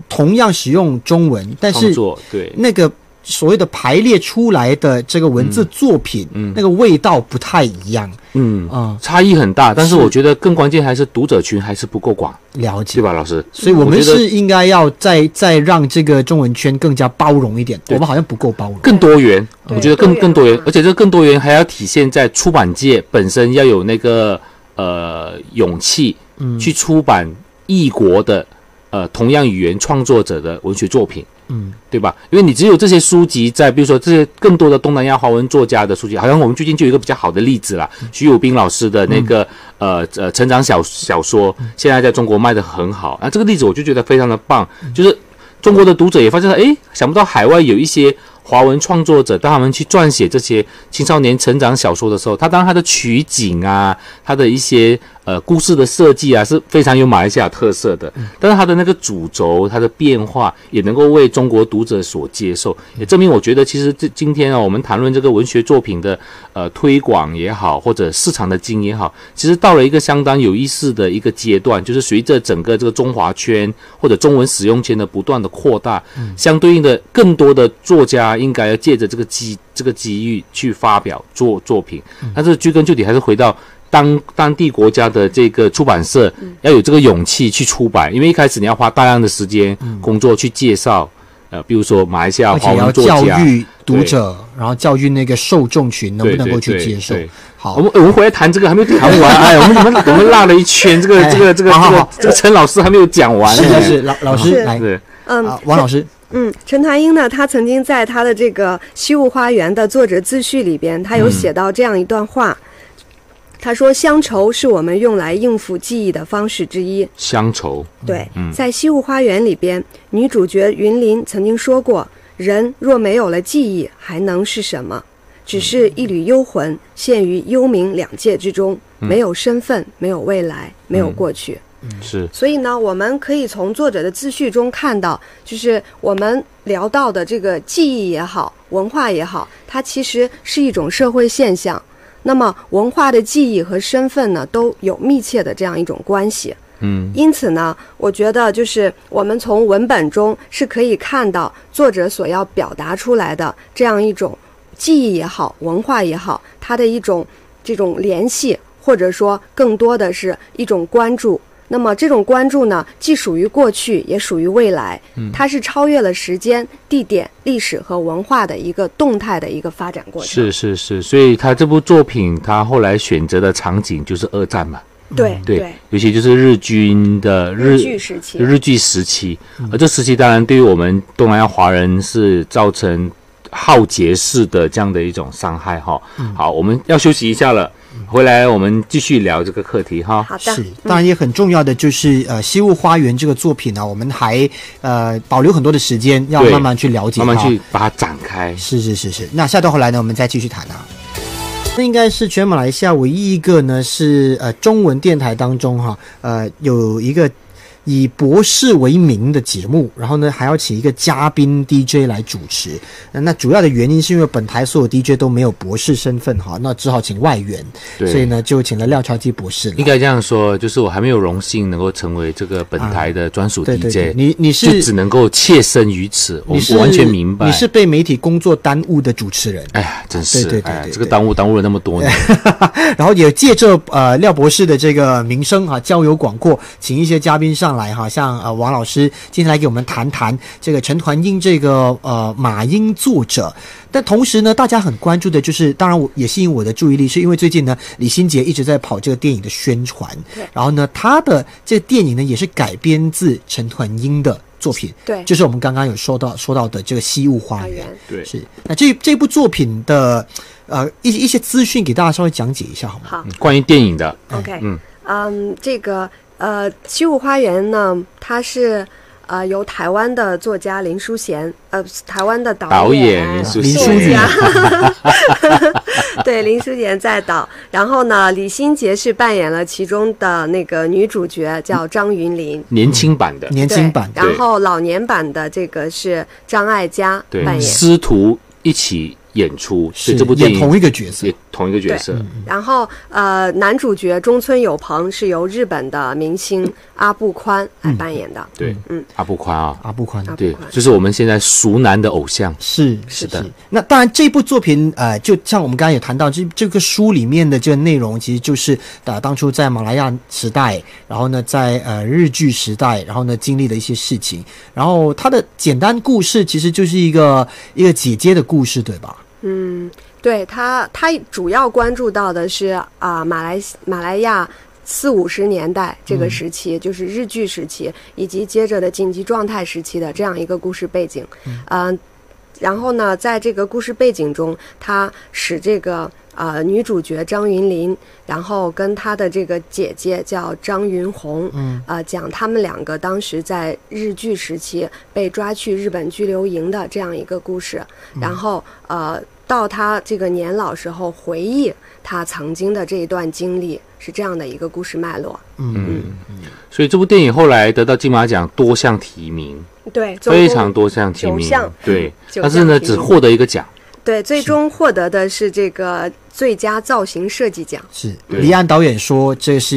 同样使用中文，但
嗯创
是
作对
那个所谓的排列出来的这个文字作品，
嗯嗯
那个味道不太一样
嗯，
啊、
差异很大，但是
是
我觉得更关键还是读者群还是不够广，
了
对
解。
吧，老师？
所以我们
嗯觉得
是应该要再再让这个中文圈更加包容一点，
对
我们好像不够包容。
更多元，
对
我觉得更更多
多元
元，而且这个更多元还要体现在出版界本身要有那个呃勇气，
嗯
去出版异国的呃同样语言创作者的文学作品。
嗯，
对吧？因为你只有这些书籍在，比如说这些更多的东南亚华文作家的书籍，好像我们最近就有一个比较好的例子啦，徐有斌老师的那个、呃呃成长小小说，现在在中国卖的很好。那这个例子我就觉得非常的棒，就是中国的读者也发现了，诶，想不到海外有一些华文创作者，当他们去撰写这些青少年成长小说的时候，他当然他的取景啊，他的一些呃故事的设计啊，是非常有马来西亚特色的。但是它的那个主轴、它的变化也能够为中国读者所接受，也证明我觉得其实这今天啊，我们谈论这个文学作品的呃推广也好，或者市场的经营也好，其实到了一个相当有意思的一个阶段，就是随着整个这个中华圈或者中文使用圈的不断的扩大，
嗯
相对应的更多的作家应该要借着这个机这个机遇去发表作作品，
嗯
但是归根究底还是回到。当当地国家的这个出版社
嗯
要有这个勇气去出版，因为一开始你要花大量的时间工作去介绍，呃，比如说马来西
嗯
亚
而
华
且要
文作
教
家，
育读者，然后教育那个受众群能不
对
能
对
够去
对
接受。
对
好
我，们我们回来谈这个还没有谈
[LAUGHS]
完，哎，我们我们我们绕了一圈，这个
哎
这个这个
好好
这个
好
这个陈老师还没有讲完，
是
哎
是是，老老师
是
来
是
嗯
啊，，王老师，
嗯，陈团英呢，他曾经在他的这个《西雾花园》的作者自序里边，他有写到这样一段话，他说：“乡愁是我们用来应付记忆的方式之一。
乡愁，
对，在《西雾花园》里边，女主角云林曾经说过：“人若没有了记忆，还能是什么？只是一缕幽魂，陷于幽冥两界之中，没有身份，没有未来，没有过去。
嗯
是
所以呢，我们可以从作者的自序中看到，就是我们聊到的这个记忆也好，文化也好，它其实是一种社会现象。那么，文化的记忆和身份呢，都有密切的这样一种关系。
嗯
因此呢，我觉得就是我们从文本中是可以看到作者所要表达出来的这样一种记忆也好，文化也好，它的一种这种联系，或者说更多的是一种关注。那么这种关注呢，既属于过去，也属于未来，
嗯
它是超越了时间、地点、历史和文化的一个动态的一个发展过程。
是是是，所以他这部作品他后来选择的场景就是二战嘛，
对
嗯对，尤其就是日军的日
日据时期，
日据时期，
嗯
而这时期当然对于我们东南亚华人是造成浩劫式的这样的一种伤害哈。
嗯
好，我们要休息一下了，回来我们继续聊这个课题哈。
好的，
是，当然也很重要的就是呃，《西雾花园》这个作品呢、我们还呃保留很多的时间，要
对
慢慢去了解它，
慢慢去把它展开。
是是是是，那下段回来呢，我们再继续谈啊。那应该是全马来西亚唯一一个呢，是呃中文电台当中哈，呃有一个以博士为名的节目，然后呢还要请一个嘉宾 DJ 来主持。呃那主要的原因是因为本台所有 DJ 都没有博士身份哈，那只好请外援，
对
所以呢就请了廖超基博士了
应。该这样说，就是我还没有荣幸能够成为这个本台的专属 DJ，、
对对对，你你
就是只能够切身于此。我
你是
我完全明白。
你是被媒体工作耽误的主持人。
哎呀，真是
对对对
哎呀
对
这个
对
耽误耽误了那么
[LAUGHS]
多年。
然后也借着呃廖博士的这个名声啊，交友广阔，请一些嘉宾上来哈、像呃王老师今天来给我们谈谈这个陈团英这个呃马英作者。但同时呢，大家很关注的就是，当然我也吸引我的注意力，是因为最近呢，李心洁一直在跑这个电影的宣传
对，
然后呢，他的这电影呢也是改编自陈团英的作品，
对
就是我们刚刚有说到说到的这个《西雾花
花
园
园》。
对
是，那这这部作品的呃一一些资讯给大家稍微讲解一下好吗？
好。
关于电影的，
OK，
嗯
嗯这个呃，《西雾花园》呢，它是呃由台湾的作家林淑贤，呃，台湾的导
导演
演啊
林淑
林
贤
淑
作
媛
家， [LAUGHS] 对林淑贤在导。然后呢，李心洁是扮演了其中的那个女主角，叫张云林。
年轻版的，
年
对
轻版，
然后老年版的这个是张艾嘉
对
扮演，
师徒一起演出，所
是
以这部电
演同
影
一个角色
也，同一个角色。
然后呃，男主角中村有朋是由日本的明星阿部宽来扮演的。
对，
嗯，
阿布宽啊，
阿布宽
阿布
对
宽，
就是我们现在熟男的偶像。
是
是的。
那当然，这部作品呃，就像我们刚刚也谈到，这这个书里面的这个内容，其实就是呃当初在马来亚时代，然后呢在呃日剧时代，然后呢经历的一些事情。然后它的简单故事其实就是一个一个姐姐的故事，对吧？
对他，他主要关注到的是啊、马来西马来亚四五十年代这个时期，就是日剧时期，以及接着的紧急状态时期的这样一个故事背景。嗯、然后呢，在这个故事背景中，他使这个呃女主角张云林，然后跟她的这个姐姐叫张云红，
嗯，
呃，讲他们两个当时在日剧时期被抓去日本拘留营的这样一个故事。
嗯
然后呃，到他这个年老时候回忆他曾经的这一段经历，是这样的一个故事脉络。
所以这部电影后来得到金马奖多项提名，
对，总
非
共
常多项提
九
名
项，
对，
九
但是呢，
项提
只
名
获得一个奖。
对，最终获得的是这个最佳造型设计奖。
是。
对
李安导演说这是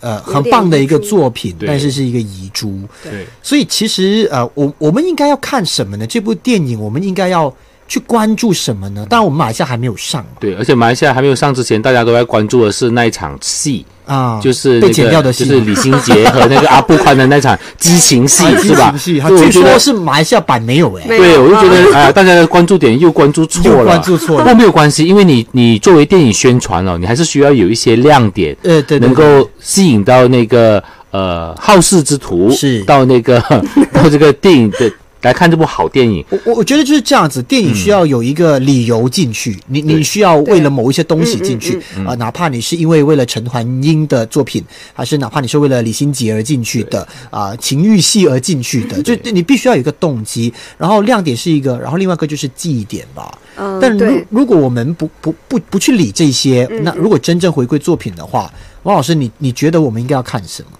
呃
有
很
点
棒的一个
遗珠
作品，
对
但是是一个遗珠。
对，
所以其实呃，我我们应该要看什么呢？这部电影我们应该要去关注什么呢？当然，我们马来西亚还没有上嘛
对，而且马来西亚还没有上之前，大家都在关注的是那一场戏，
啊，
就是那
被
个
剪掉的戏，
就是李心洁和那个阿布宽的那
[LAUGHS]
场激情戏是吧？
哎戏，
所以我
据
觉得
说是马来西亚版没有哎、
没
对，
有
我就觉
啊
得啊、大家的关注点又关注错
又
了，
关注错了
不过没有关系，因为你你作为电影宣传哦，你还是需要有一些亮点，
呃，对对对，
能够吸引到那个呃好事之徒
是
到那个 [LAUGHS] 到这个电影的来看这部好电影。
我我我觉得就是这样子，电影需要有一个理由进去，你你
对
需要为了
嗯对
某一些东西进去
嗯
啊、哪怕你是因为为了陈寰英的作品，还是哪怕你是为了李心洁而进去的啊、情欲戏而进去
[LAUGHS]
的，就你必须要有一个动机，然后亮点是一个，然后另外一个就是记忆点吧。
嗯，
但如
对，嗯
如果我们不不不不去理这些，那如果真正回归作品的话，王老师，你你觉得我们应该要看什么？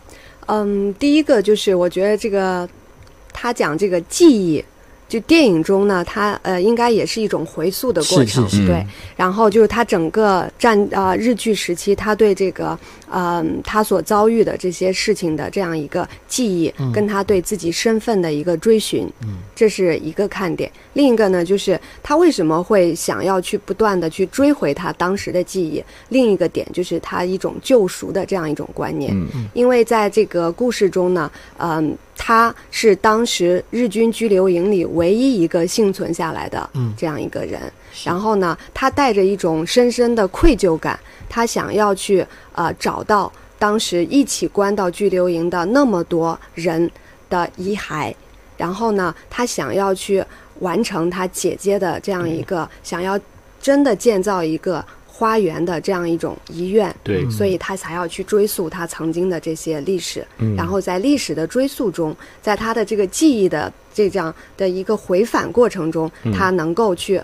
嗯，第一个就是我觉得这个他讲这个记忆。就电影中呢，它呃应该也是一种回溯的过
是
程，
是嗯
是
对。然后就是他整个战呃日剧时期，他对这个嗯、他所遭遇的这些事情的这样一个记忆，
嗯
跟他对自己身份的一个追寻，这是一个看点。另一个呢，就是他为什么会想要去不断的去追回他当时的记忆。另一个点就是他一种救赎的这样一种观念，
嗯
因为在这个故事中呢，嗯，他是当时日军拘留营里唯一一个幸存下来的
嗯
这样一个人。然后呢，他带着一种深深的愧疚感，他想要去呃找到当时一起关到拘留营的那么多人的遗骸，然后呢，他想要去完成他姐姐的这样一个、想要真的建造一个花园的这样一种遗愿。
对，
所以他才要去追溯他曾经的这些历史，
嗯
然后在历史的追溯中，在他的这个记忆的这样的一个回返过程中，
嗯
他能够去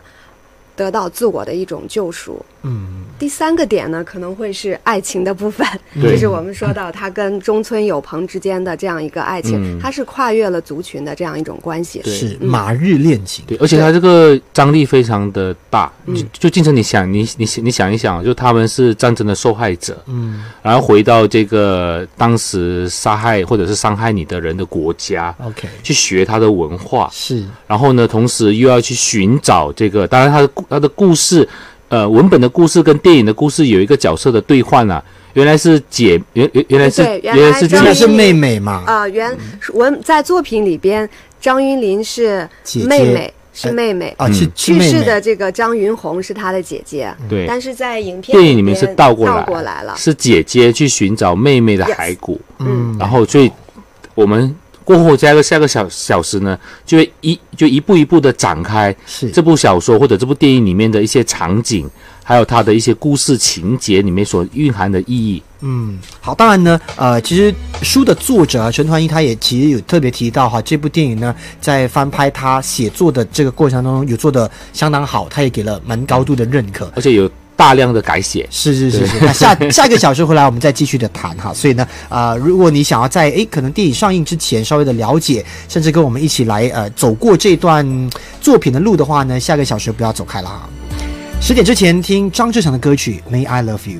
得到自我的一种救赎。
嗯，
第三个点呢，可能会是爱情的部分，
对
就是我们说到他跟中村有朋之间的这样一个爱情，
嗯
它是跨越了族群的这样一种关系。
对
是马日恋情，
对，而且它这个张力非常的大，
嗯
就就进程你想，你你你想一想，啊就他们是战争的受害者，
嗯，
然后回到这个当时杀害或者是伤害你的人的国家，
，OK，
去学他的文化，
是
然后呢，同时又要去寻找这个，当然他的故他的故事，呃，文本的故事跟电影的故事有一个角色的兑换啊，原来是姐，原原原来是
对原来
原来是
原
张
来
丽
是妹妹嘛，
啊、原文在作品里边，张云林是
姐姐
妹妹，是
呃
妹妹。
啊，
嗯
是是
去
妹
世
妹
的这个张云红是她的姐姐，
对
但是在影片
电影里
里
面是
倒
倒过来，
来了，
是姐姐去寻找妹妹的
Yes
骸骨。
嗯
然后所以我们过后加个下个小小时呢，就会一就一步一步的展开
是
这部小说或者这部电影里面的一些场景，还有它的一些故事情节里面所蕴含的意义。
嗯，好，当然呢，呃，其实书的作者啊，陈团一他也其实有特别提到哈，这部电影呢，在翻拍他写作的这个过程当中，有做的相当好，他也给了蛮高度的认可。
而且有大量的改写。
是是是是，那下下一个小时回来我们再继续的谈哈。所以呢，啊，如果你想要在诶可能电影上映之前稍微的了解，甚至跟我们一起来呃走过这段作品的路的话呢，下个小时不要走开了哈。十点之前听张志强的歌曲《May I Love You》。